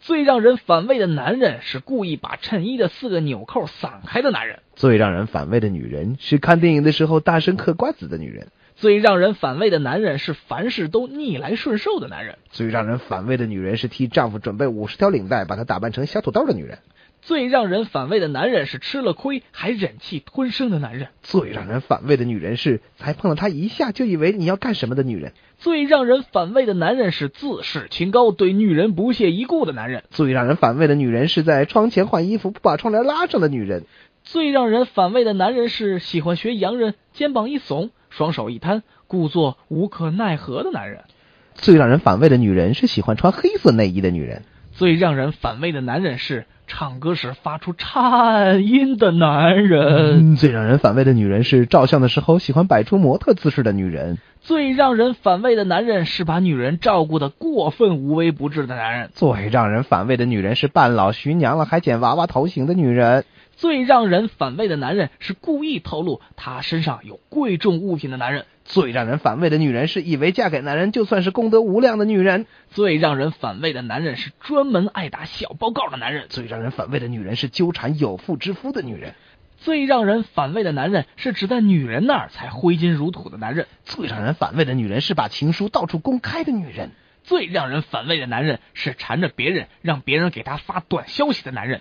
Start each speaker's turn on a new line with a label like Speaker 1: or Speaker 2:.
Speaker 1: 最让人反胃的男人是故意把衬衣的四个纽扣散开的男人。
Speaker 2: 最让人反胃的女人是看电影的时候大声嗑瓜子的女人。
Speaker 1: 最让人反胃的男人是凡事都逆来顺受的男人。
Speaker 2: 最让人反胃的女人是替丈夫准备五十条领带，把他打扮成小土豆的女人。
Speaker 1: 最让人反胃的男人是吃了亏还忍气吞声的男人。
Speaker 2: 最让人反胃的女人是才碰了她一下就以为你要干什么的女人。
Speaker 1: 最让人反胃的男人是自视清高、对女人不屑一顾的男人。
Speaker 2: 最让人反胃的女人是在窗前换衣服不把窗帘拉上的女人。
Speaker 1: 最让人反胃的男人是喜欢学洋人，肩膀一耸，双手一摊，故作无可奈何的男人。
Speaker 2: 最让人反胃的女人是喜欢穿黑色内衣的女人。
Speaker 1: 最让人反胃的男人是唱歌时发出颤音的男人。
Speaker 2: 嗯最让人反胃的女人是照相的时候喜欢摆出模特姿势的女人。
Speaker 1: 最让人反胃的男人是把女人照顾的过分无微不至的男人。
Speaker 2: 最让人反胃的女人是半老徐娘了还剪娃娃头型的女人。
Speaker 1: 最让人反胃的男人是故意透露他身上有贵重物品的男人。
Speaker 2: 最让人反胃的女人是以为嫁给男人就算是功德无量的女人。
Speaker 1: 最让人反胃的男人是专门爱打小报告的男人。
Speaker 2: 最让人反胃的女人是纠缠有妇之夫的女人。
Speaker 1: 最让人反胃的男人是只在女人那儿才挥金如土的男人。
Speaker 2: 最让人反胃的女人是把情书到处公开的女人。
Speaker 1: 最让人反胃的男人是缠着别人让别人给他发短消息的男人。